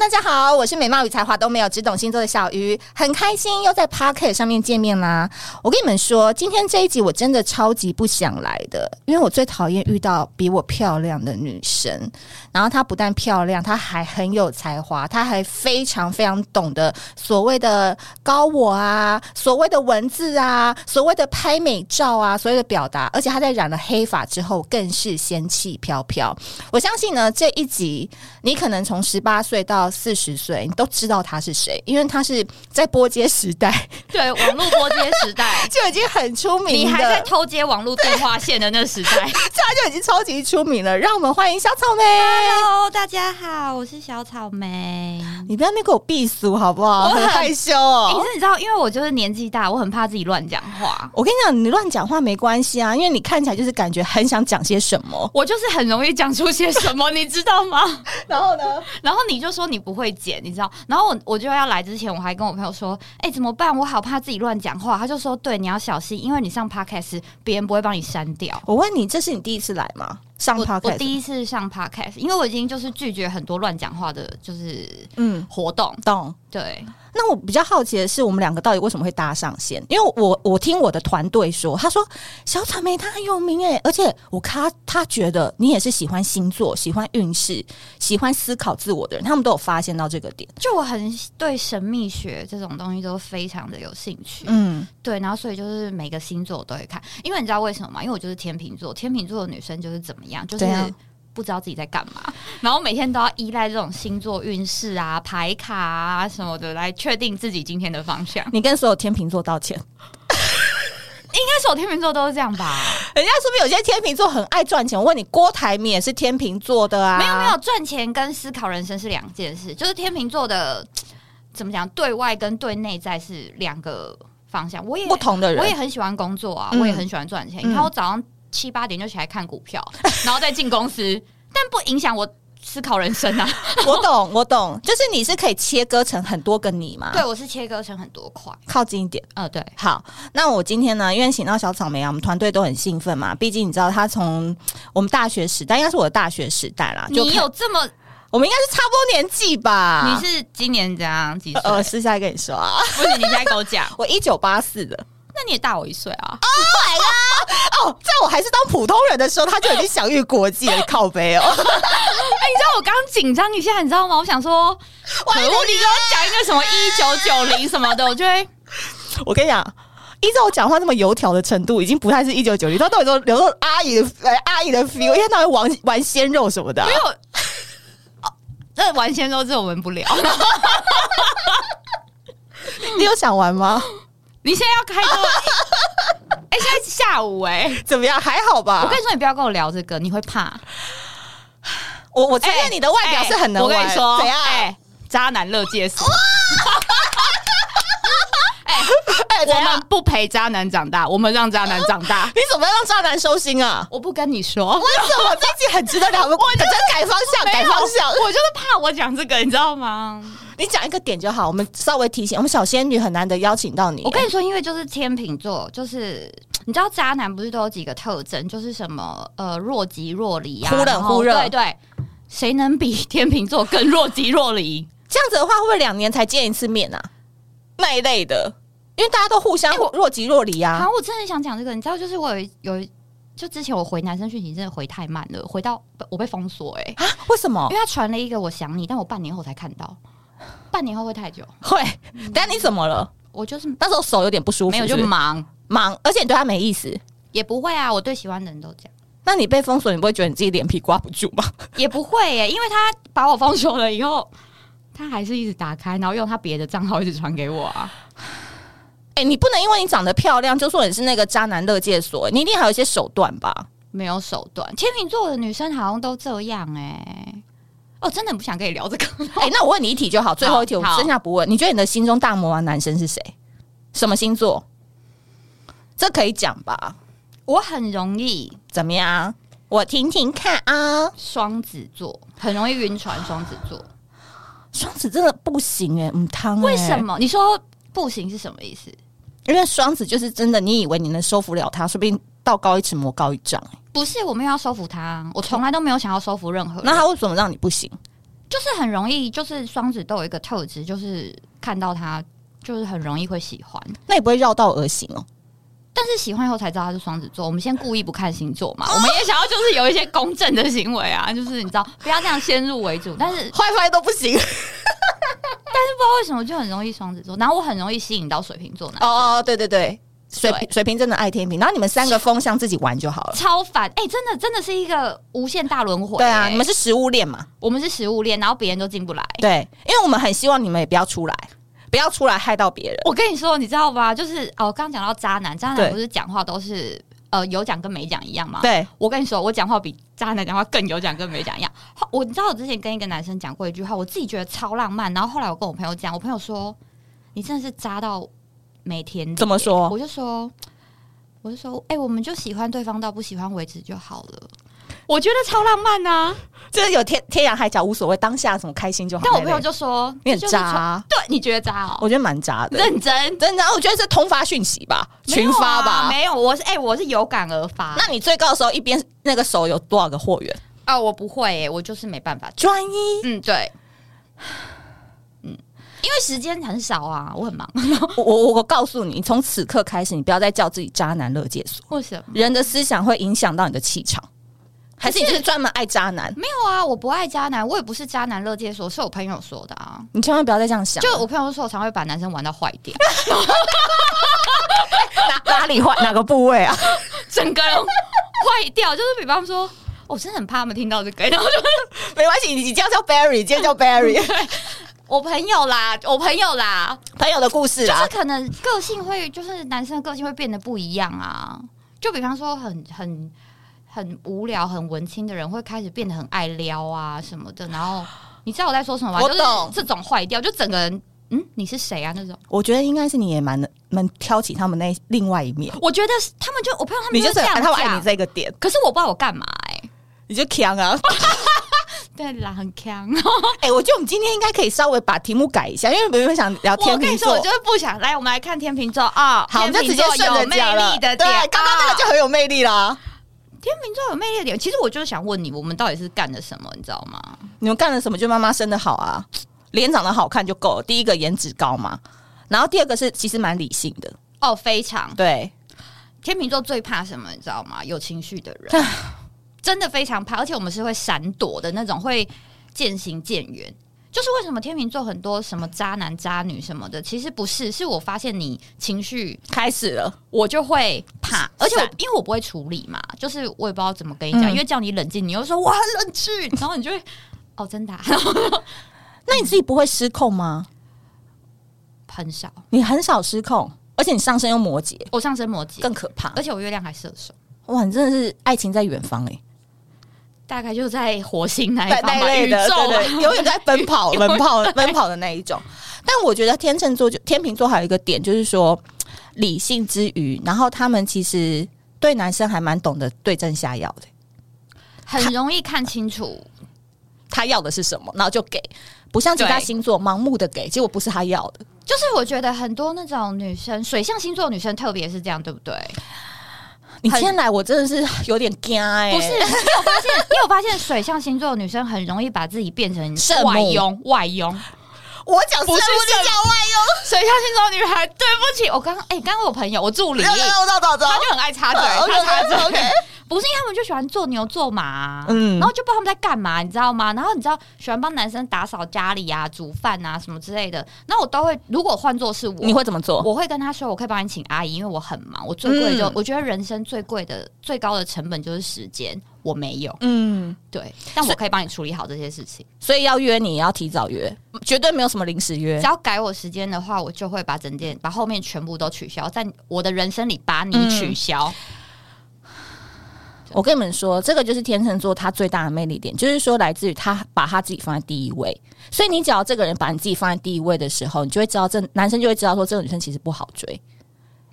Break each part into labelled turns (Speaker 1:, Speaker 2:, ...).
Speaker 1: 大家好，我是美貌与才华都没有，只懂星座的小鱼，很开心又在 Pocket 上面见面啦。我跟你们说，今天这一集我真的超级不想来的，因为我最讨厌遇到比我漂亮的女生。然后她不但漂亮，她还很有才华，她还非常非常懂得所谓的高我啊，所谓的文字啊，所谓的拍美照啊，所谓的表达。而且她在染了黑发之后，更是仙气飘飘。我相信呢，这一集你可能从十八岁到四十岁，你都知道他是谁，因为他是在波街时代，
Speaker 2: 对，网络拨接时代
Speaker 1: 就已经很出名的，
Speaker 2: 你还在偷接网络电话线的那时 代。
Speaker 1: 他就已经超级出名了。让我们欢迎小草莓。
Speaker 2: Hello，大哦家好，我是小草莓。
Speaker 1: 你不要那边给我避俗好不好？
Speaker 2: 我很
Speaker 1: 很害羞
Speaker 2: 欸、
Speaker 1: 哦、
Speaker 2: 可是你知道，因为我就是年纪大，我很怕自己乱讲话。
Speaker 1: 我跟你讲，你乱讲话没关系啊，因为你看起来就是感觉很想讲些什么。
Speaker 2: 我就是很容易讲出些什么， 你知道吗？
Speaker 1: 然后呢？
Speaker 2: 然后你就说你不会剪，你知道？然后我我就要来之前，我还跟我朋友说，哎、怎么办？我好怕自己乱讲话。他就说，对，你要小心，因为你上 podcast，别人不会帮你删掉。
Speaker 1: 我问你，这是你第一次来吗？上
Speaker 2: 我我
Speaker 1: podcast？
Speaker 2: 第一次上 podcast，因为我已经就是拒绝很多乱讲话的，就是
Speaker 1: 嗯，
Speaker 2: 活动。
Speaker 1: 懂。
Speaker 2: 对，
Speaker 1: 那我比较好奇的是，我们两个到底为什么会搭上线？因为我我听我的团队说，他说小草莓她很有名诶，而且我看他他觉得你也是喜欢星座、喜欢运势、喜欢思考自我的人，他们都有发现到这个点。
Speaker 2: 就我很对神秘学这种东西都非常的有兴趣。
Speaker 1: 嗯，
Speaker 2: 对，然后所以就是每个星座我都会看，因为你知道为什么吗？因为我就是天秤座，天秤座的女生就是怎么样，就是
Speaker 1: 怎样
Speaker 2: 不知道自己在干嘛，然后每天都要依赖这种星座运势啊、牌卡啊什么的来确定自己今天的方向。应
Speaker 1: 你跟所有天秤座道歉。
Speaker 2: 该所有天秤座都是这样吧？
Speaker 1: 人家是不是有些天秤座很爱赚钱？我问你，郭台铭也是天秤座的啊？
Speaker 2: 没有没有，赚钱跟思考人生是两件事，就是天秤座的怎么讲，对外跟对内在是两个方向。我也
Speaker 1: 不同的人。
Speaker 2: 我也很喜欢工作啊，
Speaker 1: 嗯
Speaker 2: 我也很喜欢赚钱。你看，我早上七八点就起来看股票， 然后再进公司，但不影响我思考人生 啊。
Speaker 1: 我懂， 我懂，就是你是可以切割成很多个你嘛。
Speaker 2: 对，，我是切割成很多 块。
Speaker 1: 靠近一点。
Speaker 2: 呃，对，
Speaker 1: 好，那我今天呢，因为请到小草莓啊，我们团队都很兴奋嘛。毕竟你知道，他从我们大学时代，应该是我的大学时代啦，就
Speaker 2: 你
Speaker 1: 看
Speaker 2: 有这么？
Speaker 1: 我们应该是差不多年纪吧。
Speaker 2: 你是今年怎样几岁？
Speaker 1: 呃，私下跟你说啊，
Speaker 2: 不是，你现在跟我讲，
Speaker 1: 我一九八四的
Speaker 2: 那你也大我一岁啊。
Speaker 1: 哦，在我还是当普通人的时候，他就已经享誉国际 了，靠背哦。
Speaker 2: 哎，你知道我刚紧张一下，你知道吗？我想说，可恶，你给我讲一个什么一九九零什么的，我就会。
Speaker 1: 我跟你讲。依照我讲话这么油条的程度，已经不太是一九九零，他到底都留着阿姨的、呃、阿姨的 feel，一天到晚玩玩鲜肉什么的啊、
Speaker 2: 因为我。哦那玩先说这我们不 聊，
Speaker 1: 你有想玩吗？
Speaker 2: 你现在要开多？哎、现在下午哎、
Speaker 1: 怎么样？还好吧？
Speaker 2: 我跟你说，你不要跟我聊这个，你会怕。
Speaker 1: 我我承认哎你的外表是很能
Speaker 2: 哎我
Speaker 1: 玩，
Speaker 2: 跟你说，
Speaker 1: 怎样？
Speaker 2: 哎、渣男乐界所，
Speaker 1: 哎怎
Speaker 2: 我
Speaker 1: 样
Speaker 2: 们？不陪渣男长大，我们让渣男长大。
Speaker 1: 你怎么要让渣男收心啊？
Speaker 2: 我不跟你说，
Speaker 1: 为什么自己很值得聊？ 我等着改方向，
Speaker 2: 没
Speaker 1: 改
Speaker 2: 有
Speaker 1: 方向。
Speaker 2: 我就是怕我讲这个，你知道吗？
Speaker 1: 你讲一个点就好，我们稍微提醒。我们小仙女很难得邀请到你，欸
Speaker 2: 我跟你说，因为就是天秤座，就是你知道渣男不是都有几个特征，就是什么呃若即若离啊，
Speaker 1: 忽冷
Speaker 2: 然后
Speaker 1: 忽热
Speaker 2: 对对，谁能比天秤座更若即若离？
Speaker 1: 这样子的话，会不会两年才见一次面啊？那一类的，因为大家都互相
Speaker 2: 哎我
Speaker 1: 若即若离
Speaker 2: 好
Speaker 1: 啊。
Speaker 2: 像我真的想讲这个，你知道，就是我有一有一就之前我回男生讯息真的回太慢了，回到我被封锁哎、欸
Speaker 1: 啊？为什么
Speaker 2: 因为他传了一个我想你，但我半年后才看到，半年后会太久，
Speaker 1: 会？但你怎么了？
Speaker 2: 我就是
Speaker 1: 那时候手有点不舒服，
Speaker 2: 嗯没有就是
Speaker 1: 不是
Speaker 2: 忙，
Speaker 1: 忙，而且你对他没意思。
Speaker 2: 也不会啊，我对喜欢的人都这样，
Speaker 1: 那你被封锁，你不会觉得你自己脸皮刮不住吗？
Speaker 2: 也不会耶、因为他把我封锁了以后。他还是一直打开，然后用他别的账号一直传给我啊！
Speaker 1: 哎、你不能因为你长得漂亮就说你是那个渣男乐界所，你一定还有一些手段吧？
Speaker 2: 没有手段，天秤座的女生好像都这样哎、哦，真的很不想跟你聊这个。
Speaker 1: 哎、那我问你一题就好，最后一题我
Speaker 2: 好
Speaker 1: 剩下不问。你觉得你的心中大魔王男生是谁？什么星座？这可以讲吧？
Speaker 2: 我很容易
Speaker 1: 怎么样？我听听看啊。
Speaker 2: 双子座，很容易晕船。双子座
Speaker 1: 双子真的不行哎、嗯，汤、
Speaker 2: 为什？么？你说不行是什么意思？
Speaker 1: 因为双子就是真的，你以为你能收服了他，说不定道高一尺，魔高一丈、欸。
Speaker 2: 啊不是，我没有要收服他，我从来都没有想要收服任何人。
Speaker 1: 那他为什么让你不行？
Speaker 2: 就是很容易，就是双子都有一个特质，就是看到他就是很容易会喜欢，
Speaker 1: 那也不会绕道而行哦。
Speaker 2: 但是喜欢以后才知道他是双子座。我们先故意不看星座嘛，
Speaker 1: 哦
Speaker 2: 我们也想要就是有一些公正的行为啊，就是你知道不要这样先入 为主。但是但是不知
Speaker 1: 坏坏都不行
Speaker 2: 道为什么就很容易双子座，然后我很容易吸引到水瓶座男，
Speaker 1: 哦哦，对对对，水
Speaker 2: 对
Speaker 1: 瓶水瓶真的爱天平，然后你们三个风向自己玩就好了。
Speaker 2: 超烦哎、真的真的是一个无限大轮回、欸
Speaker 1: 对啊，你
Speaker 2: 们
Speaker 1: 们是食物链嘛？
Speaker 2: 我们是食物链，然后别人都进不来。
Speaker 1: 对，因为我们很希望你们也不要出来，不要出来害到别人。
Speaker 2: 我跟你说，你知道吧？就是哦，刚刚讲到渣男，渣
Speaker 1: 对
Speaker 2: 男不是讲话都是呃有讲跟没讲一样吗？
Speaker 1: 对，
Speaker 2: 我跟你说，我讲话比渣男讲话更有讲跟没讲一样。后我你知道我之前跟一个男生讲过一句话，我自己觉得超浪漫，然后后来我跟我朋友讲，我朋友说你真的是渣到每天
Speaker 1: 怎么说？
Speaker 2: 我就说，我就说，哎、我们就喜欢对方到不喜欢为止就好了。我觉得超浪漫啊！
Speaker 1: 就是有天天涯海角无所谓，当下怎么开心就好。
Speaker 2: 但我朋
Speaker 1: 那
Speaker 2: 友
Speaker 1: 类
Speaker 2: 就说
Speaker 1: 你很
Speaker 2: 这就是
Speaker 1: 渣
Speaker 2: 传
Speaker 1: 啊，
Speaker 2: 对，你觉得渣哦？
Speaker 1: 我觉得蛮渣的。
Speaker 2: 认真
Speaker 1: 真的，我觉得是通发讯息吧，群发吧。
Speaker 2: 啊没有啊、没有，啊我是哎、我是有感而发。
Speaker 1: 那你最高的时候，一边那个手有多少个货源？
Speaker 2: 哦，我不会、哎，我就是没办法。
Speaker 1: 专一，
Speaker 2: 嗯，对，嗯，因为时间很少啊，我很忙。
Speaker 1: 我我我告诉你，从此刻开始，你不要再叫自己渣男乐界所。
Speaker 2: 为什么？
Speaker 1: 人的思想会影响到你的气场，还是你就是专门爱渣男？
Speaker 2: 没有啊，我不爱渣男，我也不是渣男乐界说，是我朋友说的啊。
Speaker 1: 你千万不要再这样想，
Speaker 2: 就我朋友说，我常会把男生玩到坏掉，
Speaker 1: 哪哪里坏哪个部位啊？
Speaker 2: 整个人 坏掉。就是比方说，我真的很怕他们听到这个。然后就
Speaker 1: 没关系，你你今天叫 Barry，今天叫 Barry，
Speaker 2: 我朋友啦，我朋友啦，
Speaker 1: 朋友的故事
Speaker 2: 就是
Speaker 1: 啊。
Speaker 2: 可能个性会，就是男生的个性会变得不一样啊。就比方说很，很很无聊、很文青的人，会开始变得很爱撩啊什么的。然后你知道我在说什么吗？
Speaker 1: 我
Speaker 2: 就是
Speaker 1: 懂
Speaker 2: 这种坏掉，就整个人，嗯，你是谁啊？那种，
Speaker 1: 我觉得应该是你也蛮蛮挑起他们那另外一面，
Speaker 2: 我觉得他们就我朋友他们
Speaker 1: 你就是哎
Speaker 2: 这样
Speaker 1: 他们爱
Speaker 2: 讲
Speaker 1: 你，这个点，
Speaker 2: 可是我不知道我干嘛哎、
Speaker 1: 你就强 啊。
Speaker 2: 对啦，很强。哦
Speaker 1: 哎、我觉得我们今天应该可以稍微把题目改一下，因为我们想 聊
Speaker 2: 我
Speaker 1: 啊天
Speaker 2: 跟你
Speaker 1: 秤
Speaker 2: 说，
Speaker 1: 座
Speaker 2: 我就。是不想来。我们来看天秤座啊，
Speaker 1: 好，我们就
Speaker 2: 天
Speaker 1: 直
Speaker 2: 秤
Speaker 1: 接
Speaker 2: 座
Speaker 1: 顺着
Speaker 2: 有魅
Speaker 1: 讲了。
Speaker 2: 力的点。
Speaker 1: 对，刚刚那
Speaker 2: 啊
Speaker 1: 个就很有魅力啦。
Speaker 2: 天秤座有魅力的点，其实我就是想问你，我们到底是干了什么，你知道吗？
Speaker 1: 你们干了什么？就妈妈生的好啊，脸长得好看就够了。第一个颜值高嘛，然后第二个是其实蛮理性的，
Speaker 2: 哦，非常。
Speaker 1: 对，
Speaker 2: 天秤座最怕什么，你知道吗？有情绪的人，真的非常怕，而且我们是会闪躲的那种，会渐行渐远。就是为什么天秤座很多什么渣男渣女什么的，其实不是，是我发现你情绪
Speaker 1: 开始了。
Speaker 2: 我就会怕，而且我
Speaker 1: 闪
Speaker 2: 因为我不会处理嘛，就是我也不知道怎么跟你讲，
Speaker 1: 嗯
Speaker 2: 因为叫你冷静，你又说我很冷静，然后你就会哦，真的啊、
Speaker 1: 那你自己不会失控吗？
Speaker 2: 很少。
Speaker 1: 你很少失控，而且你上身又摩羯，
Speaker 2: 我上升摩羯，
Speaker 1: 更可怕
Speaker 2: 而。且我月亮还射手，
Speaker 1: 哇，你真的是爱情在远方哎、
Speaker 2: 大概就在火星那一
Speaker 1: 在
Speaker 2: 方吧，
Speaker 1: 类
Speaker 2: 宇宙
Speaker 1: 的，对
Speaker 2: 啊
Speaker 1: 对，永远在奔 跑、奔跑、奔跑的那一种。但我觉得天秤座就天秤座还有一个点，就是说理性之余，然后他们其实对男生还蛮懂得对症下药的。
Speaker 2: 很容易看清楚。
Speaker 1: 他要的是什么，然后就给，不像其他
Speaker 2: 对
Speaker 1: 星座盲目的给，结果不是他要的。
Speaker 2: 就是我觉得很多那种女生，水象星座女生特别是这样，对不对？
Speaker 1: 你今天来，我真的是有点惊哎、
Speaker 2: 不是， 你有发现？你有发现水象星座女生很容易把自己变成
Speaker 1: 圣母
Speaker 2: 外佣，外佣。
Speaker 1: 我讲
Speaker 2: 不是
Speaker 1: 圣母
Speaker 2: 圣母
Speaker 1: 你讲外
Speaker 2: 水象星座女孩，对不起，我刚哎，刚刚我朋友，我助理，
Speaker 1: 佣，
Speaker 2: 他
Speaker 1: 我知道，我知道，
Speaker 2: 就很爱插嘴，
Speaker 1: 我知
Speaker 2: 他插
Speaker 1: 道
Speaker 2: 嘴。
Speaker 1: ，OK，
Speaker 2: 呃不是因为他们就喜欢做牛做马、啊，
Speaker 1: 嗯
Speaker 2: 然后就不知道他们在干嘛，你知道吗？然后你知道喜欢帮男生打扫家里啊、煮饭啊什么之类的，那我都会。如果换做是我，
Speaker 1: 你会怎么做？
Speaker 2: 我会跟他说，我可以帮你请阿姨，因为我很忙。我最贵就、
Speaker 1: 嗯
Speaker 2: 我觉得人生最贵的、最高的成本就是时间，我没有。
Speaker 1: 嗯，
Speaker 2: 对，但我可以帮你处理好这些事情。
Speaker 1: 所以要约你也要提早约，绝对没有什么临时约
Speaker 2: 只。要改我时间的话，我就会把整件、把后面全部都取消，在我的人生里把你取消。
Speaker 1: 我跟你们说，这个就是天秤座他最大的魅力点，就是说来自于他把他自己放在第一位。所以你只要这个人把你自己放在第一位的时候，你就会知道这男生就会知道说这个女生其实不好追，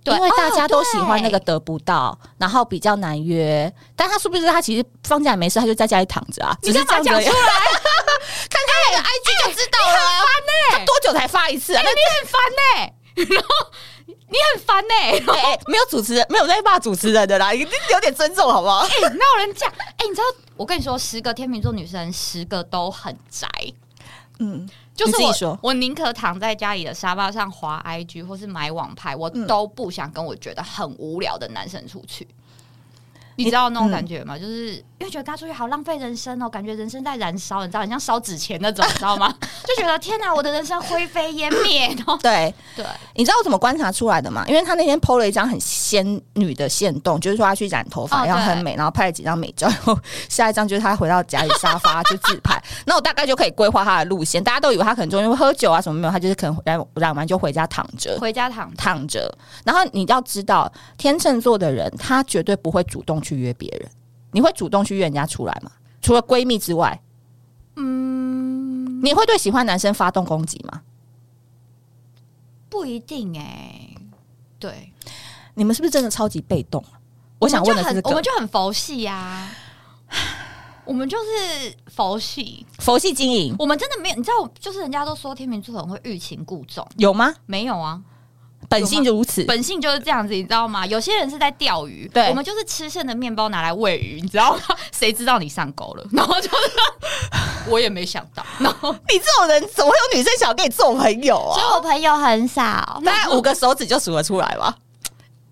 Speaker 2: 对
Speaker 1: 因为大家都喜欢
Speaker 2: 哦
Speaker 1: 那个得不到，然后比较难约。但他殊不知他其实放假也没事，他就在家里躺着啊，只
Speaker 2: 你
Speaker 1: 是
Speaker 2: 干
Speaker 1: 这
Speaker 2: 嘛
Speaker 1: 样子而
Speaker 2: 讲出
Speaker 1: 已。
Speaker 2: 来？
Speaker 1: 看他那个 IG 就知道了啊，
Speaker 2: 烦呢、
Speaker 1: 多久才发一次啊？那
Speaker 2: 你很烦呢、然后你很烦欸 呢、
Speaker 1: 哎哎没有主持人，没有在骂主持人的啦，一定有点尊重好不好？
Speaker 2: 哎、哪有人这样？哎、你知道我跟你说，十个天秤座女生，十个都很宅，
Speaker 1: 嗯，
Speaker 2: 就是
Speaker 1: 你自
Speaker 2: 我
Speaker 1: 己说，
Speaker 2: 我宁可躺在家里的沙发上滑 IG 或是买网拍，我
Speaker 1: 嗯
Speaker 2: 都不想跟我觉得很无聊的男生出去。你知道那
Speaker 1: 嗯
Speaker 2: 种感觉吗？就是因为觉得跟他出去好浪费人生哦，感觉人生在燃烧，你知道，很像烧纸钱那种，你知道吗？ 就觉得天哪，我的人生灰飞烟灭。然后
Speaker 1: 对，
Speaker 2: 对，
Speaker 1: 你知道我怎么观察出来的吗？因为他那天 PO 了一张很仙女的线动，就是说她去染头发，
Speaker 2: 哦
Speaker 1: 然后很美，然后拍了几张美照， 然后下一张就是她回到家里沙发就自拍。那我大概就可以规划她的路线。大家都以为她可能中间会喝酒啊什么没有，她就是可能染染完就回家躺着。
Speaker 2: 回家躺着，
Speaker 1: 躺着，然后你要知道，天秤座的人，他绝对不会主动去约别人。你会主动去约人家出来吗？除了闺蜜之外，嗯，你会对喜欢男生发动攻击吗？
Speaker 2: 不一定哎、对，
Speaker 1: 你们是不是真的超级被动啊？我想问的是这
Speaker 2: 我们就很我
Speaker 1: 个
Speaker 2: 们就很佛系呀、我们就是佛系，
Speaker 1: 佛系经营
Speaker 2: 我们真的没有，你知道，就是人家都说天秤座很会欲擒故纵，
Speaker 1: 有吗？
Speaker 2: 没有啊，
Speaker 1: 本性如此，
Speaker 2: 本性就是这样子，你知道吗？有些人是在钓鱼，
Speaker 1: 对
Speaker 2: 我们就是吃剩的面包拿来喂鱼，你知道吗？ 谁知道你上钩了？ 然后就是我也没想到， 然后
Speaker 1: 你这种人怎么会有女生想跟你做朋友
Speaker 2: 所以？我朋友啊很少。
Speaker 1: 大概五个手指就数得出来吧？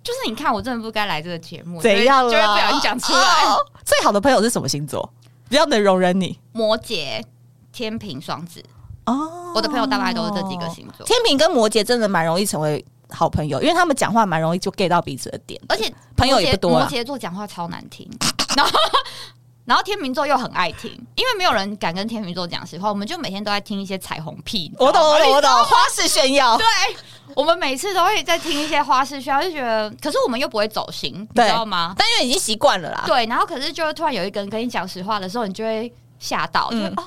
Speaker 2: 就是你看，我真的不该来这个节目，
Speaker 1: 怎样
Speaker 2: 就
Speaker 1: 啦？
Speaker 2: 会就会不小心讲出来。
Speaker 1: 哦最好的朋友是什么星座？比较能容忍你
Speaker 2: 摩羯、天平、双子，
Speaker 1: 哦
Speaker 2: 我的朋友大概都是这几个星座。
Speaker 1: 天平跟摩羯真的蛮容易成为好朋友，因为他们讲话蛮容易就 get 到彼此的点，
Speaker 2: 而且
Speaker 1: 朋友也不多啊
Speaker 2: 摩羯
Speaker 1: 了。
Speaker 2: 摩羯座讲话超难听， 然后然后天秤座又很爱听，因为没有人敢跟天秤座讲实话，我们就每天都在听一些彩虹屁。
Speaker 1: 我懂，我
Speaker 2: 哦你知道
Speaker 1: 懂，
Speaker 2: 吗
Speaker 1: 我懂，花式炫耀。
Speaker 2: 我们每次都会在听一些花式炫耀，就觉得，可是我们又不会走心，你知
Speaker 1: 对啊
Speaker 2: 道吗？
Speaker 1: 但因为已经习惯了啦，
Speaker 2: 对，然后可是就会突然有一个人跟你讲实话的时候，你就会吓到，就会
Speaker 1: 嗯
Speaker 2: 哦，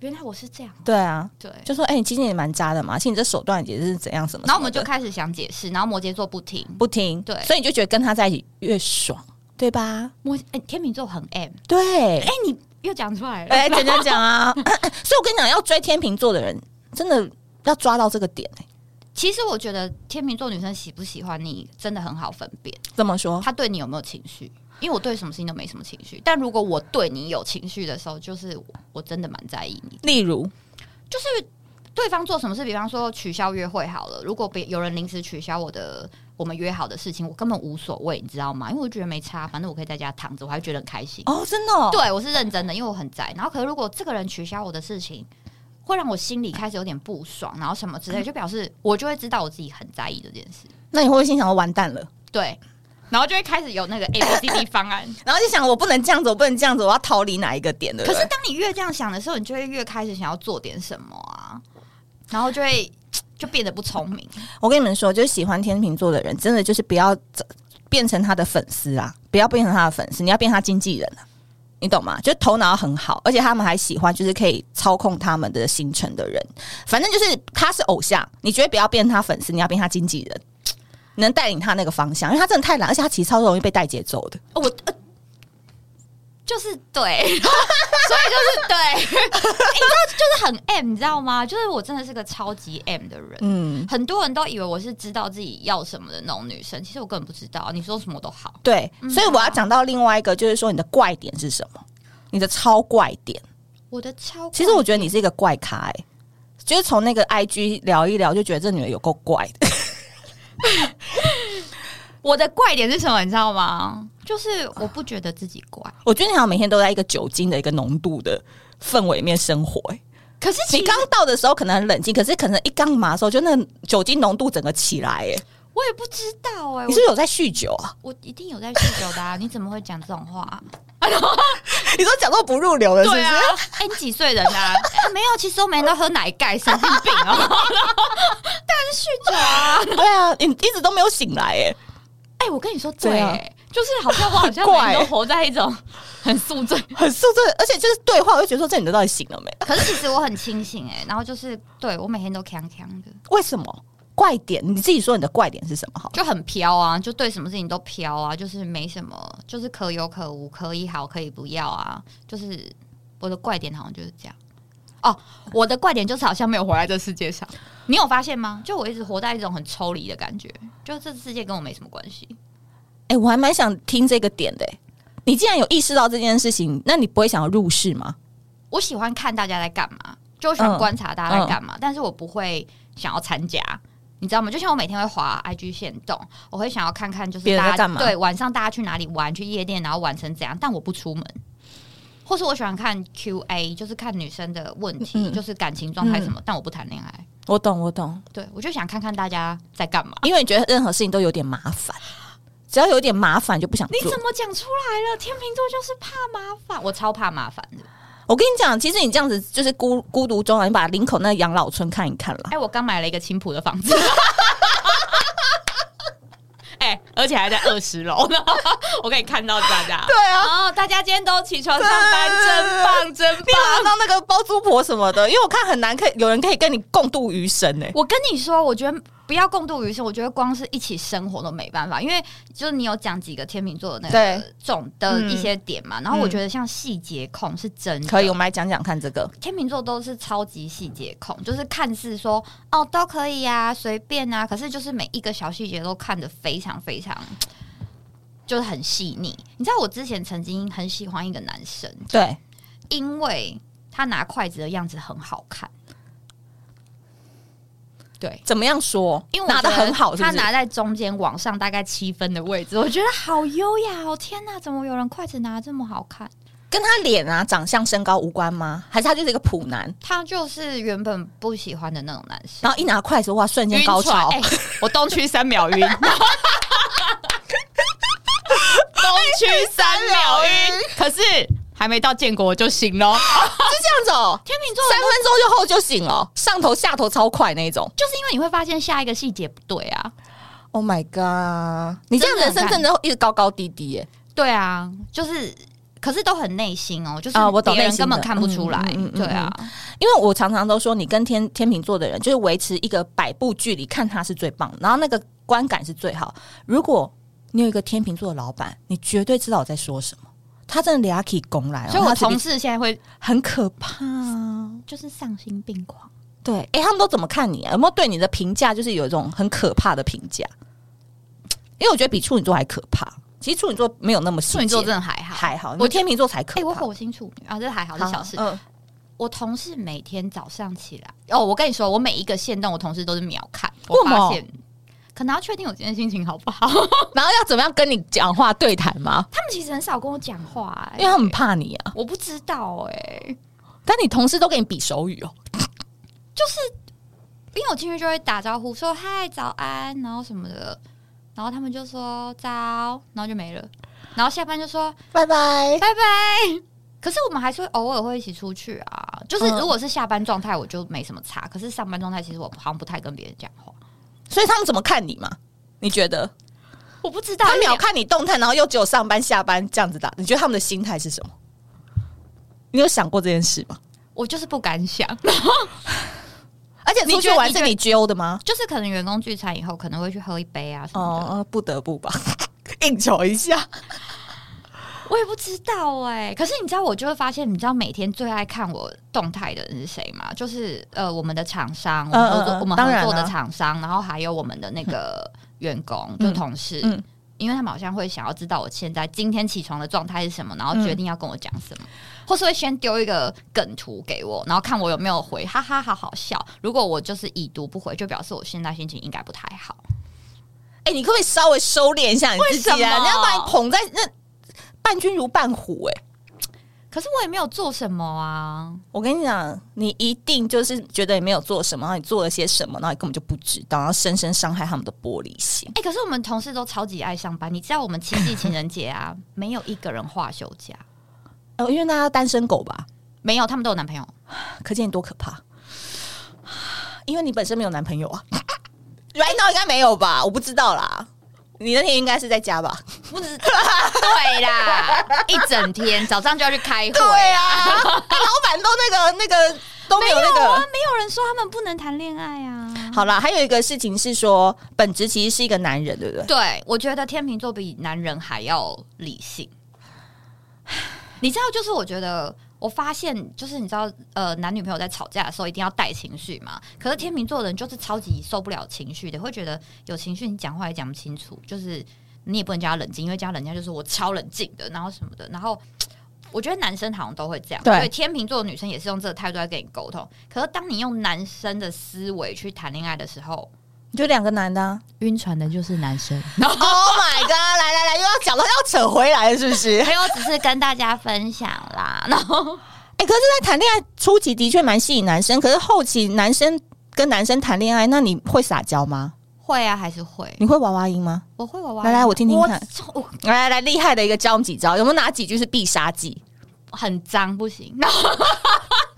Speaker 2: 原来我是这样，
Speaker 1: 对啊，
Speaker 2: 对。
Speaker 1: 就说哎、你今天也蛮渣的嘛，其实你这手段也是怎样什么什么的嗯
Speaker 2: 然后我们就开始想解释，然后摩羯座不听，
Speaker 1: 不听，
Speaker 2: 对
Speaker 1: 所以你就觉得跟他在一起越爽，对吧？
Speaker 2: 摩、哎，天秤座很 M，
Speaker 1: 对，
Speaker 2: 哎、你又讲出来了，
Speaker 1: 哎、讲讲讲啊！ 所以我跟你讲，要追天秤座的人，真的要抓到这个点、欸。
Speaker 2: 其实我觉得天秤座女生喜不喜欢你真的很好分辨，
Speaker 1: 怎么说？
Speaker 2: 她对你有没有情绪。因为我对什么事情都没什么情绪，但如果我对你有情绪的时候，就是我真的蛮在意你。
Speaker 1: 例如，
Speaker 2: 就是对方做什么事，比方说取消约会好了，如果别有人临时取消我的我们约好的事情，我根本无所谓，你知道吗？因为我觉得没差，反正我可以在家躺着，我还觉得很开心。
Speaker 1: 哦，真的、哦，
Speaker 2: 对我是认真的，因为我很宅。然后，可是如果这个人取消我的事情，会让我心里开始有点不爽，然后什么之类，就表示我就会知道我自己很在意这件事。
Speaker 1: 那你会不会心想，完蛋了？
Speaker 2: 对，然后就会开始有那个 A B C D 方案。
Speaker 1: 然后就想，我不能这样子，我不能这样子，我要逃离哪一个点？对不
Speaker 2: 可
Speaker 1: 对
Speaker 2: 是当你越这样想的时候，你就会越开始想要做点什么啊，然后就会就变得不聪明。
Speaker 1: 我跟你们说，就是喜欢天秤座的人，真的就是不要这变成他的粉丝啊，不要变成他的粉丝，你要变他经纪人啊，你懂吗？就是头脑很好，而且他们还喜欢就是可以操控他们的行程的人。反正就是他是偶像，你绝对不要变他粉丝，你要变他经纪人，能带领他那个方向，因为他真的太懒，而且他其实超容易被带节奏的。
Speaker 2: 我、呃、就是对， 所以就是对，欸你知道就是很 M，你知道吗？就是我真的是个超级 M 的人。
Speaker 1: 嗯，
Speaker 2: 很多人都以为我是知道自己要什么的那种女生，其实我根本不知道。你说什么都好，
Speaker 1: 对，
Speaker 2: 嗯
Speaker 1: 所以我要讲到另外一个，就是说你的怪点是什么？你的超怪点。
Speaker 2: 我的超
Speaker 1: 其实我觉得你是一个怪咖、欸，就是从那个 IG 聊一聊，就觉得这女的有够怪的。
Speaker 2: 我的怪点是什么，你知道吗？就是我不觉得自己怪，
Speaker 1: 我觉得你好像每天都在一个酒精的一个浓度的氛围里面生活、欸。
Speaker 2: 可是
Speaker 1: 你
Speaker 2: 其实
Speaker 1: 刚到的时候可能很冷静，可是可能一刚麻的时候，就那个酒精浓度整个起来、欸。
Speaker 2: 我也不知道哎、
Speaker 1: 你是不是有在酗酒啊？
Speaker 2: 我我一定有在酗酒的、啊， 你怎么会讲这种话、
Speaker 1: 你说讲到不入流了，是不
Speaker 2: 对
Speaker 1: 是？
Speaker 2: 啊，哎、你几岁人啊、哎没有，其实我每天都喝奶盖，神经病哦、
Speaker 1: 对啊，你一直都没有醒来、欸，
Speaker 2: 哎、我跟你说，
Speaker 1: 对
Speaker 2: 对、
Speaker 1: 啊
Speaker 2: 就是好像我好 像
Speaker 1: 很怪
Speaker 2: 每天都活在一种 很宿醉，
Speaker 1: 很宿醉，而且就是对话，我就觉得说这女的到底醒了没？
Speaker 2: 可是其实我很清醒哎、然后就是对我每天都康康的，
Speaker 1: 为什么？怪点，你自己说你的怪点是什么？好了，
Speaker 2: 就很飘啊，就对什么事情都飘啊，就是没什么，就是可有可无，可以好，可以不要啊，就是我的怪点好像就是这样。哦，我的怪点就是好像没有活在这世界上，你有发现吗？就我一直活在一种很抽离的感觉，就这世界跟我没什么关系。
Speaker 1: 哎、我还蛮想听这个点的、欸。你既然有意识到这件事情，那你不会想要入世吗？
Speaker 2: 我喜欢看大家在干嘛，就喜欢观察大家在干嘛，
Speaker 1: 嗯
Speaker 2: 但是我不会想要参加。你知道吗？就像我每天会滑 IG 线动，我会想要看看就是
Speaker 1: 别人在
Speaker 2: 大家
Speaker 1: 干嘛
Speaker 2: 对晚上大家去哪里玩，去夜店，然后玩成怎样，但我不出门。或是我喜欢看 QA，就是看女生的问题，
Speaker 1: 嗯
Speaker 2: 就是感情状态什么，但我不谈恋爱。
Speaker 1: 我懂，我懂，
Speaker 2: 对，我就想看看大家在干嘛。
Speaker 1: 因为你觉得任何事情都有点麻烦，只要有点麻烦就不想
Speaker 2: 你
Speaker 1: 做
Speaker 2: 怎。么讲出来了？天秤座就是怕麻烦，我超怕麻烦的。
Speaker 1: 我跟你讲，其实你这样子就是孤孤独终老，你把林口那个养老村看一看啦
Speaker 2: 哎、。我刚买了一个青浦的房子， 哎、而且还在二十楼呢， 我可以看到大家。
Speaker 1: 对啊，
Speaker 2: 哦，大家今天都起床上班，真棒真
Speaker 1: 你
Speaker 2: 棒！
Speaker 1: 怎么当啊那个包租婆什么的？因为我看很难可以有人可以跟你共度余生欸呢、
Speaker 2: 我跟你说，我觉得不要共度余生，我觉得光是一起生活都没办法，因为就是你有讲几个天秤座的那个
Speaker 1: 对
Speaker 2: 总的一些点嘛，然后我觉得像细节控是真的，
Speaker 1: 可以，我们来讲讲看这个。
Speaker 2: 天秤座都是超级细节控，就是看似说哦都可以啊，随便啊，可是就是每一个小细节都看得非常非常，就是很细腻。你知道我之前曾经很喜欢一个男生，
Speaker 1: 对，
Speaker 2: 因为他拿筷子的样子很好看。对，
Speaker 1: 怎么样说？
Speaker 2: 因为我
Speaker 1: 拿的
Speaker 2: 觉得
Speaker 1: 很好，是不
Speaker 2: 他
Speaker 1: 是？
Speaker 2: 拿在中间往上大概七分的位置，我觉得好优雅哦！天哪，怎么有人筷子拿得这么好看？
Speaker 1: 跟他脸啊、长相、身高无关吗？还是他就是一个普男？
Speaker 2: 他就是原本不喜欢的那种男生。
Speaker 1: 然后一拿筷子，哇，瞬间
Speaker 2: 晕
Speaker 1: 高
Speaker 2: 船
Speaker 1: 潮！
Speaker 2: 哎我东区三秒晕， 东区三秒晕，可是还没到建国我就醒了。
Speaker 1: 就这样子哦，
Speaker 2: 天秤座
Speaker 1: 三分钟就后就醒了，上头下头超快那一种。
Speaker 2: 就是因为你会发现下一个细节不对啊，
Speaker 1: Oh my god！你这样
Speaker 2: 真的
Speaker 1: 人
Speaker 2: 很
Speaker 1: 生真的一直高高低低耶、
Speaker 2: 对啊，就是。可是都很内心哦，就是
Speaker 1: 啊我懂
Speaker 2: 别
Speaker 1: 内
Speaker 2: 人
Speaker 1: 心的
Speaker 2: 根本看不出来，
Speaker 1: 嗯嗯嗯嗯
Speaker 2: 对啊，
Speaker 1: 因为我常常都说，你跟天天秤座的人，就是维持一个百步距离，看他是最棒，然后那个观感是最好。如果你有一个天秤座的老板，你绝对知道我在说什么。他真的俩起拱来哦，
Speaker 2: 所以我
Speaker 1: 他直接
Speaker 2: 同事现在会
Speaker 1: 很可怕。
Speaker 2: 就是丧心病狂。
Speaker 1: 对，哎、他们都怎么看你、啊？有没有对你的评价就是有一种很可怕的评价？因为我觉得比处女座还可怕。其实处女座没有那么细节
Speaker 2: 处女座真的还好，
Speaker 1: 还好，我
Speaker 2: 我
Speaker 1: 天秤座才可
Speaker 2: 哎、我
Speaker 1: 怕。
Speaker 2: 火星处女啊，这还好，这
Speaker 1: 好
Speaker 2: 小事。
Speaker 1: 嗯，
Speaker 2: 我同事每天早上起来，哦，我跟你说，我每一个线动，我同事都是秒看。
Speaker 1: 为
Speaker 2: 我
Speaker 1: 什么
Speaker 2: 发现，可能要确定我今天心情好 不好。
Speaker 1: 然后要怎么样跟你讲话对谈吗？
Speaker 2: 他们其实很少跟我讲话、哎
Speaker 1: 因为他们怕你啊。
Speaker 2: 我不知道哎、
Speaker 1: 但你同事都跟你比手语哦，
Speaker 2: 因为我进去就会打招呼说嗨早安，然后什么的，然后他们就说早，然后就没了，然后下班就说
Speaker 1: 拜拜。
Speaker 2: 拜拜。可是我们还是会偶尔会一起出去啊，就是
Speaker 1: 嗯
Speaker 2: 如果是下班状态，我就没什么差。可是上班状态，其实我好像不太跟别人讲话。
Speaker 1: 所以他们怎么看你嘛？你觉得
Speaker 2: 我不知道，
Speaker 1: 他
Speaker 2: 因为
Speaker 1: 秒看你动态，然后又只有上班下班这样子打，你觉得他们的心态是什么？你有想过这件事吗？
Speaker 2: 我就是不敢想，
Speaker 1: 而且
Speaker 2: 你
Speaker 1: 出去
Speaker 2: 觉得
Speaker 1: 玩
Speaker 2: 你
Speaker 1: 是
Speaker 2: 觉得
Speaker 1: 你揪的吗？
Speaker 2: 就是可能员工聚餐以后可能会去喝一杯啊什么的，
Speaker 1: 哦，呃不得不吧， 应酬一下。
Speaker 2: 我也不知道哎、可是你知道，我就会发现，你知道每天最爱看我动态的人是谁吗？就是呃，我们的厂商，我们合作、
Speaker 1: 嗯嗯嗯
Speaker 2: 我们
Speaker 1: 当然啊
Speaker 2: 合作的厂商，然后还有我们的那个员工，就同事。
Speaker 1: 嗯
Speaker 2: 因为他们好像会想要知道我现在今天起床的状态是什么，然后
Speaker 1: 嗯
Speaker 2: 决定要跟我讲什么，或是会先丢一个梗图给我，然后看我有没有回，哈哈，好好笑。如果我就是已读不回，就表示我现在心情应该不太好。
Speaker 1: 哎、你可不可以稍微收敛一下你自己
Speaker 2: 为
Speaker 1: 啊？
Speaker 2: 什
Speaker 1: 人
Speaker 2: 么
Speaker 1: 家把你捧在那，伴君如伴虎、哎，
Speaker 2: 可是我也没有做什么啊，
Speaker 1: 我跟你讲，你一定就是觉得你没有做什么，然后你做了些什么，然后你根本就不知道，然后深深伤害他们的玻璃心。
Speaker 2: 哎、可是我们同事都超级爱上班，你知道我们七夕情人节啊，没有一个人画休假，
Speaker 1: 呃，因为大家单身狗吧，
Speaker 2: 没有，他们都有男朋友。
Speaker 1: 可见你多可怕。因为你本身没有男朋友啊 ，right now 应该没有吧？我不知道啦。你那天应该是在家 吧？
Speaker 2: 对啦，一整天早上就要去开会，
Speaker 1: 啊，老板都那个那个都没
Speaker 2: 没
Speaker 1: 有那
Speaker 2: 有啊
Speaker 1: 个。，
Speaker 2: 没有人说他们不能谈恋爱啊。
Speaker 1: 好啦，还有一个事情是说，本质其实是一个男人，对不对？
Speaker 2: 对，我觉得天秤座比男人还要理性。 你知道，就是我觉得，我发现，就是你知道，呃，男女朋友在吵架的时候一定要带情绪嘛。可是天秤座的人就是超级受不了情绪的，会觉得有情绪你讲话也讲不清楚，就是你也不能叫他冷静，因为叫他冷静他就说我超冷静的，然后什么的，然后。我觉得男生好像都会这样，
Speaker 1: 对
Speaker 2: 所以天秤座的女生也是用这个态度在跟你沟通。可是当你用男生的思维去谈恋爱的时候，
Speaker 1: 就两个男的、啊。
Speaker 2: 晕船的就是男生。
Speaker 1: Oh my god！来来来，又要讲到要扯回来了，是不 是？
Speaker 2: 没有，只是跟大家分享啦。然后
Speaker 1: 哎、可是，在谈恋爱初期的确蛮吸引男生，可是后期男生跟男生谈恋爱，那你会撒娇吗？
Speaker 2: 会啊，还是会，
Speaker 1: 你会娃娃音吗？
Speaker 2: 我会娃娃音。
Speaker 1: 来来，我听听
Speaker 2: 我
Speaker 1: 看。
Speaker 2: 我
Speaker 1: 来来来，厉害的一个教我们几招，有没有哪几句是必杀技？
Speaker 2: 很脏，不行。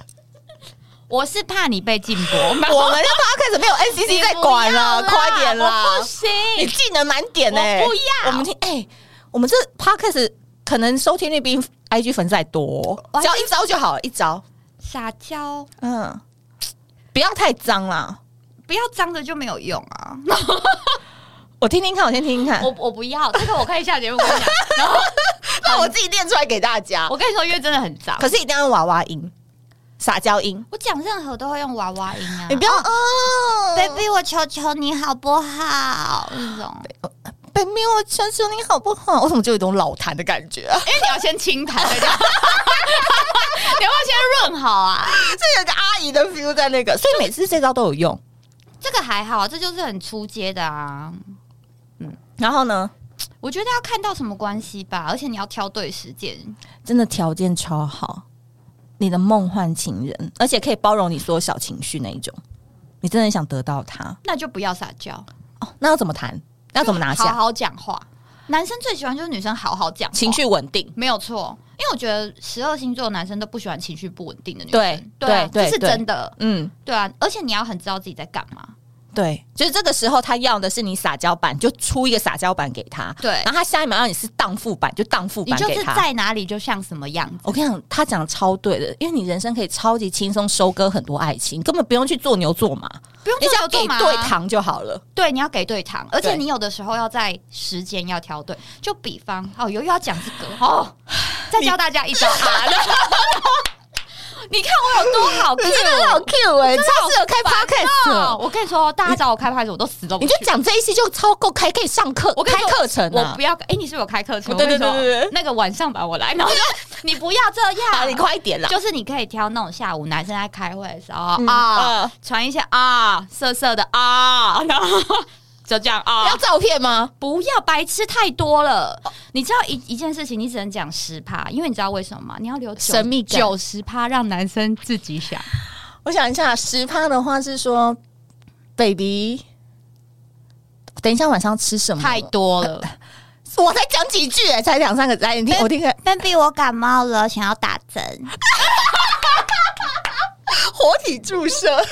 Speaker 2: 我是怕你被禁播，
Speaker 1: 我们这 podcast 没 有 NCC 在管了，
Speaker 2: 你不要啦
Speaker 1: 快点啦
Speaker 2: 我不！行，
Speaker 1: 你技能满点呢、
Speaker 2: 我不要
Speaker 1: 我们听，哎、我们这 podcast 可能收听率比 IG 粉丝还多哦、
Speaker 2: 我还
Speaker 1: 只要一招就好了，一招。
Speaker 2: 撒娇，
Speaker 1: 嗯，不要太脏啦。
Speaker 2: 不要脏的就没有用啊。
Speaker 1: 我听听 看，我先听听看
Speaker 2: 我，我不要这个，我看一下节目跟你讲。然后
Speaker 1: 那我自己练出来给大家。
Speaker 2: 我跟你说，因为真的很脏，
Speaker 1: 可是一定要用娃娃音、撒娇音，
Speaker 2: 我讲任何都会用娃娃音啊。
Speaker 1: 你不要哦
Speaker 2: baby，我求求你好不好？那种，
Speaker 1: baby，我求求你好不好？我怎么就有一种老痰的感觉啊？
Speaker 2: 因为你要先清痰再 讲，你要不要先润好啊？
Speaker 1: 这有个阿姨的 feel 在那个，所以每次这招都有用。
Speaker 2: 这个还好，啊这就是很出街的啊。
Speaker 1: 然后呢，
Speaker 2: 我觉得要看到什么关系吧，而且你要挑对时间。
Speaker 1: 真的条件超好，你的梦幻情人，而且可以包容你所有小情绪那一种，你真的很想得到他
Speaker 2: 那就不要撒娇，
Speaker 1: 哦？那要怎么谈？要怎么拿
Speaker 2: 好
Speaker 1: 下？
Speaker 2: 好讲话。男生最喜欢就是女生好好讲话
Speaker 1: 情绪稳定，
Speaker 2: 没有错，因为我觉得十二星座的男生都不喜欢情绪不稳定的女生，
Speaker 1: 对
Speaker 2: 对啊
Speaker 1: 对
Speaker 2: 这是
Speaker 1: 对
Speaker 2: 真的，
Speaker 1: 嗯，
Speaker 2: 对啊，而且你要很知道自己在干嘛，
Speaker 1: 对，就是这个时候他要的是你撒娇版，就出一个撒娇版给他，
Speaker 2: 对
Speaker 1: 然后他下一秒让你是荡妇版，就荡妇
Speaker 2: 你
Speaker 1: 版
Speaker 2: 就
Speaker 1: 给
Speaker 2: 是
Speaker 1: 他。
Speaker 2: 在哪里就像什么样子。
Speaker 1: 我跟你讲，他讲得超对的，因为你人生可以超级轻松收割很多爱情，根本不用去做牛做马，啊
Speaker 2: 不用
Speaker 1: 你只要
Speaker 2: 做
Speaker 1: 给
Speaker 2: 做嘛，
Speaker 1: 对糖就好了。
Speaker 2: 对，你要给对糖，而且
Speaker 1: 对
Speaker 2: 你有的时候要在时间要挑对。就比方，哦，又又要讲这个 哦，再教大家一招啊！ 你看我有多好 Q，
Speaker 1: 好 Q 哎、欸，超适合开
Speaker 2: 哦！我跟你说，大家找我开 podcast，我都死都不
Speaker 1: 你
Speaker 2: 去
Speaker 1: 就。讲这一些就超够开，可以上课，
Speaker 2: 我跟你
Speaker 1: 开
Speaker 2: 说
Speaker 1: 课程
Speaker 2: 我
Speaker 1: 啊
Speaker 2: 不！要，哎、你是不是有开课程？
Speaker 1: 对对
Speaker 2: 我跟你说
Speaker 1: 对对对
Speaker 2: 那个晚上吧，我来。然后就你不要这
Speaker 1: 啊，
Speaker 2: 样，
Speaker 1: 你快一点啦！
Speaker 2: 就是你可以挑那种下午男生在开会的时候、
Speaker 1: 嗯
Speaker 2: 啊，
Speaker 1: 呃
Speaker 2: 传一些啊色色的啊，然后就这样啊
Speaker 1: 要，照片吗？
Speaker 2: 不要白痴太多了。你知道一一件事情，你只能讲十趴，因为你知道为什么吗？你要留九
Speaker 1: 神秘感
Speaker 2: 九十趴，让男生自己想。
Speaker 1: 我想一下，十趴的话是说，baby，等一下晚上吃什么？
Speaker 2: 太多 了
Speaker 1: 我才讲几句、欸，才两三个，来你听，我听看，
Speaker 2: ，baby，我感冒了，想要打针。
Speaker 1: 活体注射。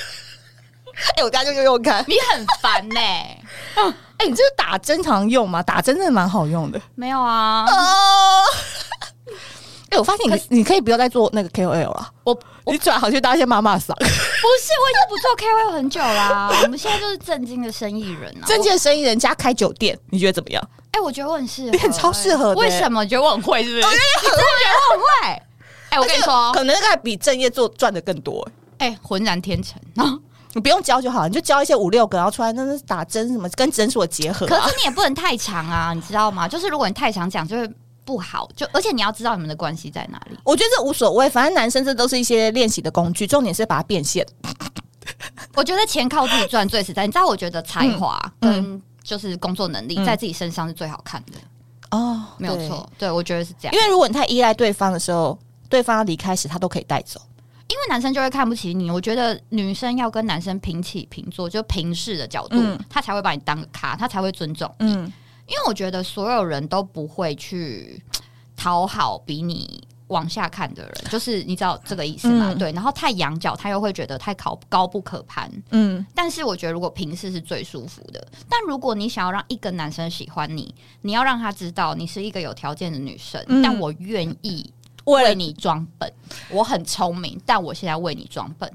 Speaker 1: 哎、我大家就用用看。
Speaker 2: 你很烦呢、
Speaker 1: 哎、你这个打针常用吗？打针真的蛮好用的
Speaker 2: 没有啊，
Speaker 1: 哦。 哎、我发现你你可以不要再做那个 KOL 了，
Speaker 2: 我
Speaker 1: 你转行去当一些妈妈 桑，
Speaker 2: 不是，我已经不做 KOL 很久 啦、我们现在就是正经的生意人啊。
Speaker 1: 真正生意人家开酒店，你觉得怎么样？
Speaker 2: 哎、我觉得我很适合、啊
Speaker 1: 你很超适合的
Speaker 2: 为什么？你觉得我很会是不是？你真的觉得我很会？哎、我跟你说，
Speaker 1: 可能那个还比正业做赚的更多、欸
Speaker 2: 哎、浑然天成。
Speaker 1: 你不用教就好，你就教一些五六个，然后出来那那打针什么跟诊所结合、
Speaker 2: 可
Speaker 1: 啊。
Speaker 2: 是你也不能太长 啊，你知道吗？就是如果你太长讲，就会不好。就而且你要知道你们的关系在哪里。
Speaker 1: 我觉得这无所谓，反正男生这都是一些练习的工具，重点是把它变现。
Speaker 2: 我觉得钱靠自己赚最实在。你知道，我觉得才华
Speaker 1: 嗯
Speaker 2: 跟就是工作能力
Speaker 1: 嗯
Speaker 2: 在自己身上是最好看的，
Speaker 1: 哦，
Speaker 2: 没有错。对，我觉得是这样
Speaker 1: 因。为如果你太依赖对方的时候，对方要离开时，他都可以带走。
Speaker 2: 因为男生就会看不起你，我觉得女生要跟男生平起平坐，就平视的角度，
Speaker 1: 嗯
Speaker 2: 他才会把你当个咖，他才会尊重。
Speaker 1: 嗯，
Speaker 2: 因为我觉得所有人都不会去讨好比你往下看的人，就是你知道这个意思吗？
Speaker 1: 嗯
Speaker 2: 对，然后太仰角，他又会觉得太高高不可攀。
Speaker 1: 嗯，
Speaker 2: 但是我觉得，如果平视是最舒服的。但如果你想要让一个男生喜欢你，你要让他知道你是一个有条件的女生，
Speaker 1: 嗯
Speaker 2: 但我愿意
Speaker 1: 为了
Speaker 2: 为你装笨。我很聪明，但我现在为你装笨。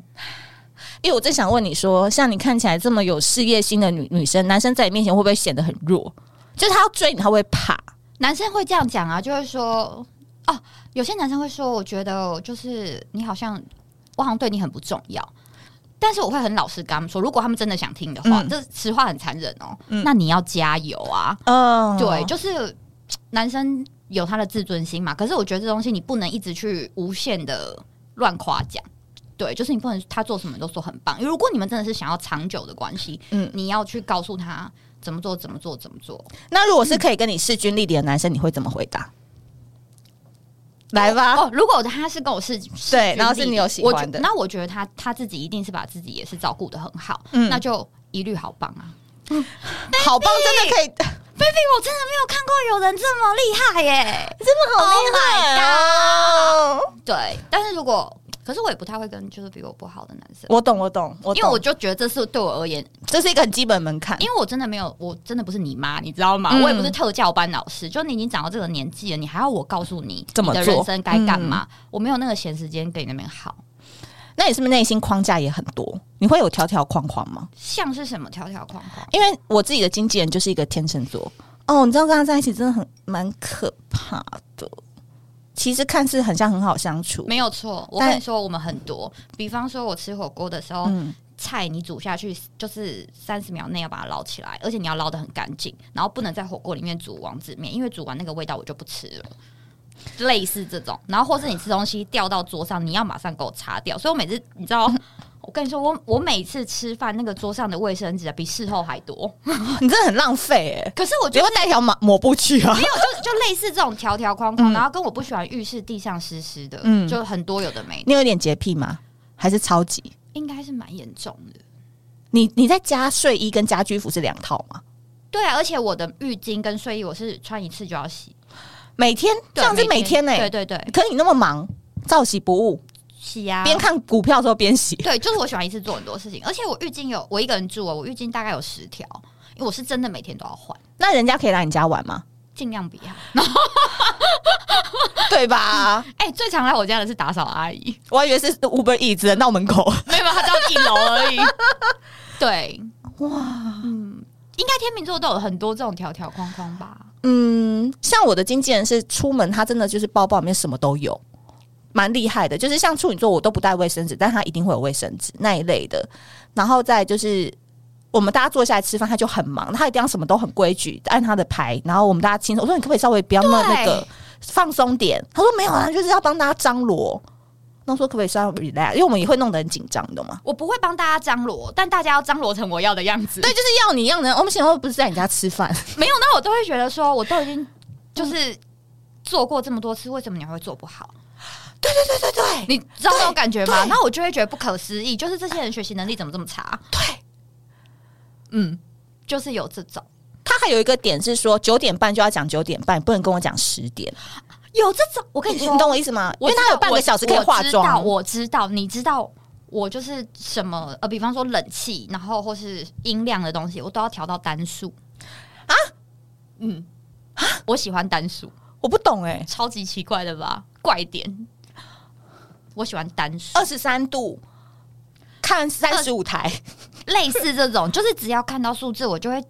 Speaker 1: 因为我正想问你说，像你看起来这么有事业心的女女生，男生在你面前会不会显得很弱？就是他要追你，他会怕。
Speaker 2: 男生会这样讲啊，就会说哦，有些男生会说，我觉得就是你好像我好像对你很不重要。但是我会很老实跟他们说，如果他们真的想听的话，
Speaker 1: 嗯
Speaker 2: 这实话很残忍哦。
Speaker 1: 嗯
Speaker 2: 那你要加油啊！
Speaker 1: 嗯
Speaker 2: 对，就是嘖男生有他的自尊心嘛。可是我觉得这东西你不能一直去无限的乱夸奖，对，就是你不能他做什么你都说很棒。如果你们真的是想要长久的关系，
Speaker 1: 嗯
Speaker 2: 嗯，你要去告诉他怎么做，怎么做，怎么做。
Speaker 1: 那如果是可以跟你势均力敌的男生，你会怎么回答？来吧，
Speaker 2: 哦，如果他是跟我是是
Speaker 1: 对
Speaker 2: 举
Speaker 1: 然后是
Speaker 2: 例
Speaker 1: 你有喜
Speaker 2: 我觉
Speaker 1: 欢的
Speaker 2: 那我觉得他他自己一定是把自己也是照顾的很好，
Speaker 1: 嗯
Speaker 2: 那就一律好棒啊！
Speaker 1: 好棒，真的可以，
Speaker 2: baby，我真的没有看过有人这么厉害耶！
Speaker 1: 真的好
Speaker 2: Oh
Speaker 1: 厉害哦！
Speaker 2: 对，但是如果可是我也不太会跟就是比我不好的男生，
Speaker 1: 我懂，我懂，我
Speaker 2: 因为我
Speaker 1: 懂
Speaker 2: 就觉得这是对我而言，
Speaker 1: 这是一个很基本门槛，
Speaker 2: 因为我真的没有，我真的不是你妈，你知道吗？
Speaker 1: 嗯
Speaker 2: 我也不是特教班老师，就你已经长到这个年纪了，你还要我告诉你
Speaker 1: 怎么
Speaker 2: 你的
Speaker 1: 做嗯
Speaker 2: 人生该干嘛？我没有那个闲时间给你那边好。
Speaker 1: 那你是不是内心框架也很多？你会有条条框框吗？
Speaker 2: 像是什么条条框框？
Speaker 1: 因为我自己的经纪人就是一个天秤座，哦，你知道跟他在一起真的很蛮可怕的。其实看似很像很好相处，
Speaker 2: 没有错，我
Speaker 1: 但
Speaker 2: 跟你说，我们很多，比方说我吃火锅的时候，
Speaker 1: 嗯，
Speaker 2: 菜你煮下去就是三十秒内要把它捞起来，而且你要捞得很干净，然后不能在火锅里面煮王子面，因为煮完那个味道我就不吃了。类似这种，然后或是你吃东西掉到桌上，你要马上给我擦掉。所以我每次你知道，我跟你说，我我每次吃饭那个桌上的卫生纸啊，比事后还多。
Speaker 1: 你真的很浪费哎、欸，
Speaker 2: 可是我觉
Speaker 1: 你
Speaker 2: 得
Speaker 1: 会带条抹抹布去啊？
Speaker 2: 没有，就就类似这种条条框框，
Speaker 1: 嗯
Speaker 2: 然后跟我不喜欢浴室地上湿湿的，
Speaker 1: 嗯
Speaker 2: 就很多有的没的，
Speaker 1: 你有点洁癖吗？还是超级？
Speaker 2: 应该是蛮严重的。
Speaker 1: 你你在家睡衣跟家居服是两套吗？
Speaker 2: 对啊，而且我的浴巾跟睡衣我是穿一次就要洗，
Speaker 1: 每天这
Speaker 2: 对
Speaker 1: 样子每天呢、
Speaker 2: 对对对，
Speaker 1: 可你那么忙，照洗不误，
Speaker 2: 欸洗啊。
Speaker 1: 边看股票的时候边洗。
Speaker 2: 对，就是我喜欢一次做很多事情，而且我浴巾有我一个人住哦，我浴巾大概有十条，因为我是真的每天都要换，
Speaker 1: 那人家可以来你家玩吗？
Speaker 2: 尽量不要。
Speaker 1: 对吧？
Speaker 2: 哎、最常来我家的是打扫阿姨，
Speaker 1: 我还以为是 Uber Eats 人到门口。
Speaker 2: 没有，她到一楼而已。对，哇，嗯，应该天秤座都有很多这种条条框框吧？
Speaker 1: 嗯，像我的经纪人是出门，他真的就是包包里面什么都有，蛮厉害的。就是像处女座，我都不带卫生纸，但他一定会有卫生纸那一类的。然后再就是。我们大家坐下来吃饭，他就很忙，他一定要什么都很规矩，按他的牌。然后我们大家轻松，我说你可不可以稍微不要那么那个放松点？他说没有啊，就是要帮大家张罗。那我说可不可以稍微 relax？因为我们也会弄得很紧张，你懂吗？
Speaker 2: 我不会帮大家张罗，但大家要张罗成我要的样子。
Speaker 1: 对，就是要你让人，我们前后不是在你家吃饭，
Speaker 2: 没有，那我都会觉得说，我都已经就是做过这么多次，为什么你还会做不好？
Speaker 1: 对对对
Speaker 2: 你知道那种感觉吗？
Speaker 1: 对
Speaker 2: 那我就会觉得不可思议，就是这些人学习能力怎么这么差？
Speaker 1: 对，
Speaker 2: 嗯，就是有这种，
Speaker 1: 他还有一个点是说，九点半就要讲九点半，不能跟我讲十点。
Speaker 2: 有这种。我跟
Speaker 1: 你
Speaker 2: 你
Speaker 1: 你
Speaker 2: 说，
Speaker 1: 懂我意思吗？因
Speaker 2: 我
Speaker 1: 为
Speaker 2: 知道
Speaker 1: 他有半个小时可以化妆。
Speaker 2: 我知道，我知道，你知道。我就是什么呃，比方说冷气，然后或是音量的东西，我都要调到单数
Speaker 1: 啊。
Speaker 2: 嗯，我喜欢单数，
Speaker 1: 我不懂哎、
Speaker 2: 超级奇怪的吧？怪点，我喜欢单数。
Speaker 1: 二十三度看三十五台，
Speaker 2: 类似这种，就是只要看到数字，我就会。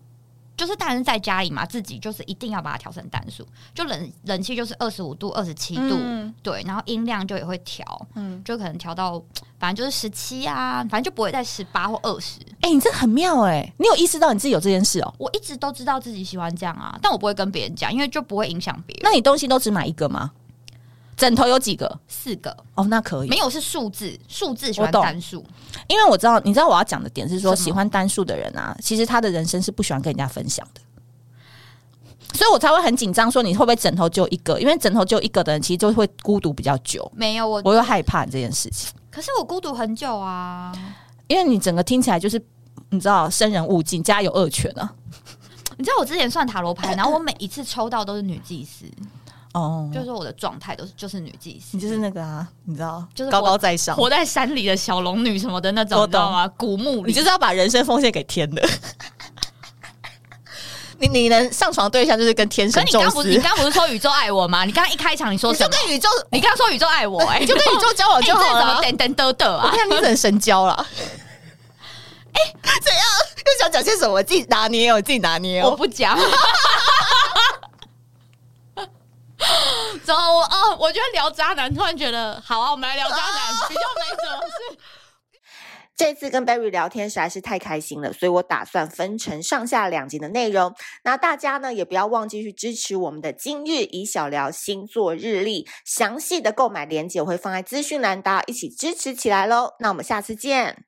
Speaker 2: 就是大人在家里嘛，自己就是一定要把它调成单数，就冷冷气就是二十五度、二十七度，
Speaker 1: 嗯
Speaker 2: 对，然后音量就也会调，
Speaker 1: 嗯，
Speaker 2: 就可能调到反正就是十七啊，反正就不会在十八或二十。
Speaker 1: 哎、你这很妙哎、你有意识到你自己有这件事哦、
Speaker 2: 我一直都知道自己喜欢这样啊，但我不会跟别人讲，因为就不会影响别人。
Speaker 1: 那你东西都只买一个吗？枕头有几个？
Speaker 2: 四个
Speaker 1: 哦，那可以
Speaker 2: 没。有是数字，数字喜
Speaker 1: 我
Speaker 2: 欢
Speaker 1: 懂
Speaker 2: 单数，
Speaker 1: 因为我知道，你知道我要讲的点是说，
Speaker 2: 什么
Speaker 1: 喜欢单数的人啊，其实他的人生是不喜欢跟人家分享的，所以我才会很紧张，说你会不会枕头就一个？因为枕头就一个的人，其实就会孤独比较久。
Speaker 2: 没有我。
Speaker 1: 我又害怕这件事情，
Speaker 2: 可是我孤独很久啊，
Speaker 1: 因为你整个听起来就是你知道生人勿近，家有恶犬啊。
Speaker 2: 你知道我之前算塔罗牌，然后我每一次抽到都是女祭司。
Speaker 1: 哦，
Speaker 2: 就是说我的状态都是就是女祭司，
Speaker 1: 你就是那个啊，你知道，
Speaker 2: 就是
Speaker 1: 高
Speaker 2: 活
Speaker 1: 高在上，
Speaker 2: 活在山里的小龙女什么的那种，
Speaker 1: 我
Speaker 2: 你知道吗？古墓
Speaker 1: 你
Speaker 2: 里
Speaker 1: 就是要把人生奉献给天的。 你你能上床的对象就是跟天
Speaker 2: 可
Speaker 1: 神
Speaker 2: 你
Speaker 1: 宙
Speaker 2: 刚不
Speaker 1: 斯，
Speaker 2: 是你刚不是说宇宙爱我吗？你刚刚一开场你说
Speaker 1: 你
Speaker 2: 什
Speaker 1: 就
Speaker 2: 么？
Speaker 1: 跟宇宙，
Speaker 2: 你刚刚说宇宙爱我、哎，
Speaker 1: 你就跟宇宙交往就好了啊。
Speaker 2: 等等得得
Speaker 1: 我
Speaker 2: 啊！
Speaker 1: 看你很神交 了。哎、 怎样？又想讲些什么？我自己拿捏哦，我自己拿捏
Speaker 2: 我
Speaker 1: 哦。
Speaker 2: 不讲。 走，我哦，我觉得聊渣男，突然觉得好啊，我们来聊渣男，比较没什么事。
Speaker 3: 这次跟 Barry 聊天实在是太开心了，所以我打算分成上下两集的内容。那大家呢也不要忘记去支持我们的今日以小聊星座日历，详细的购买链接我会放在资讯栏，大家一起支持起来喽。那我们下次见。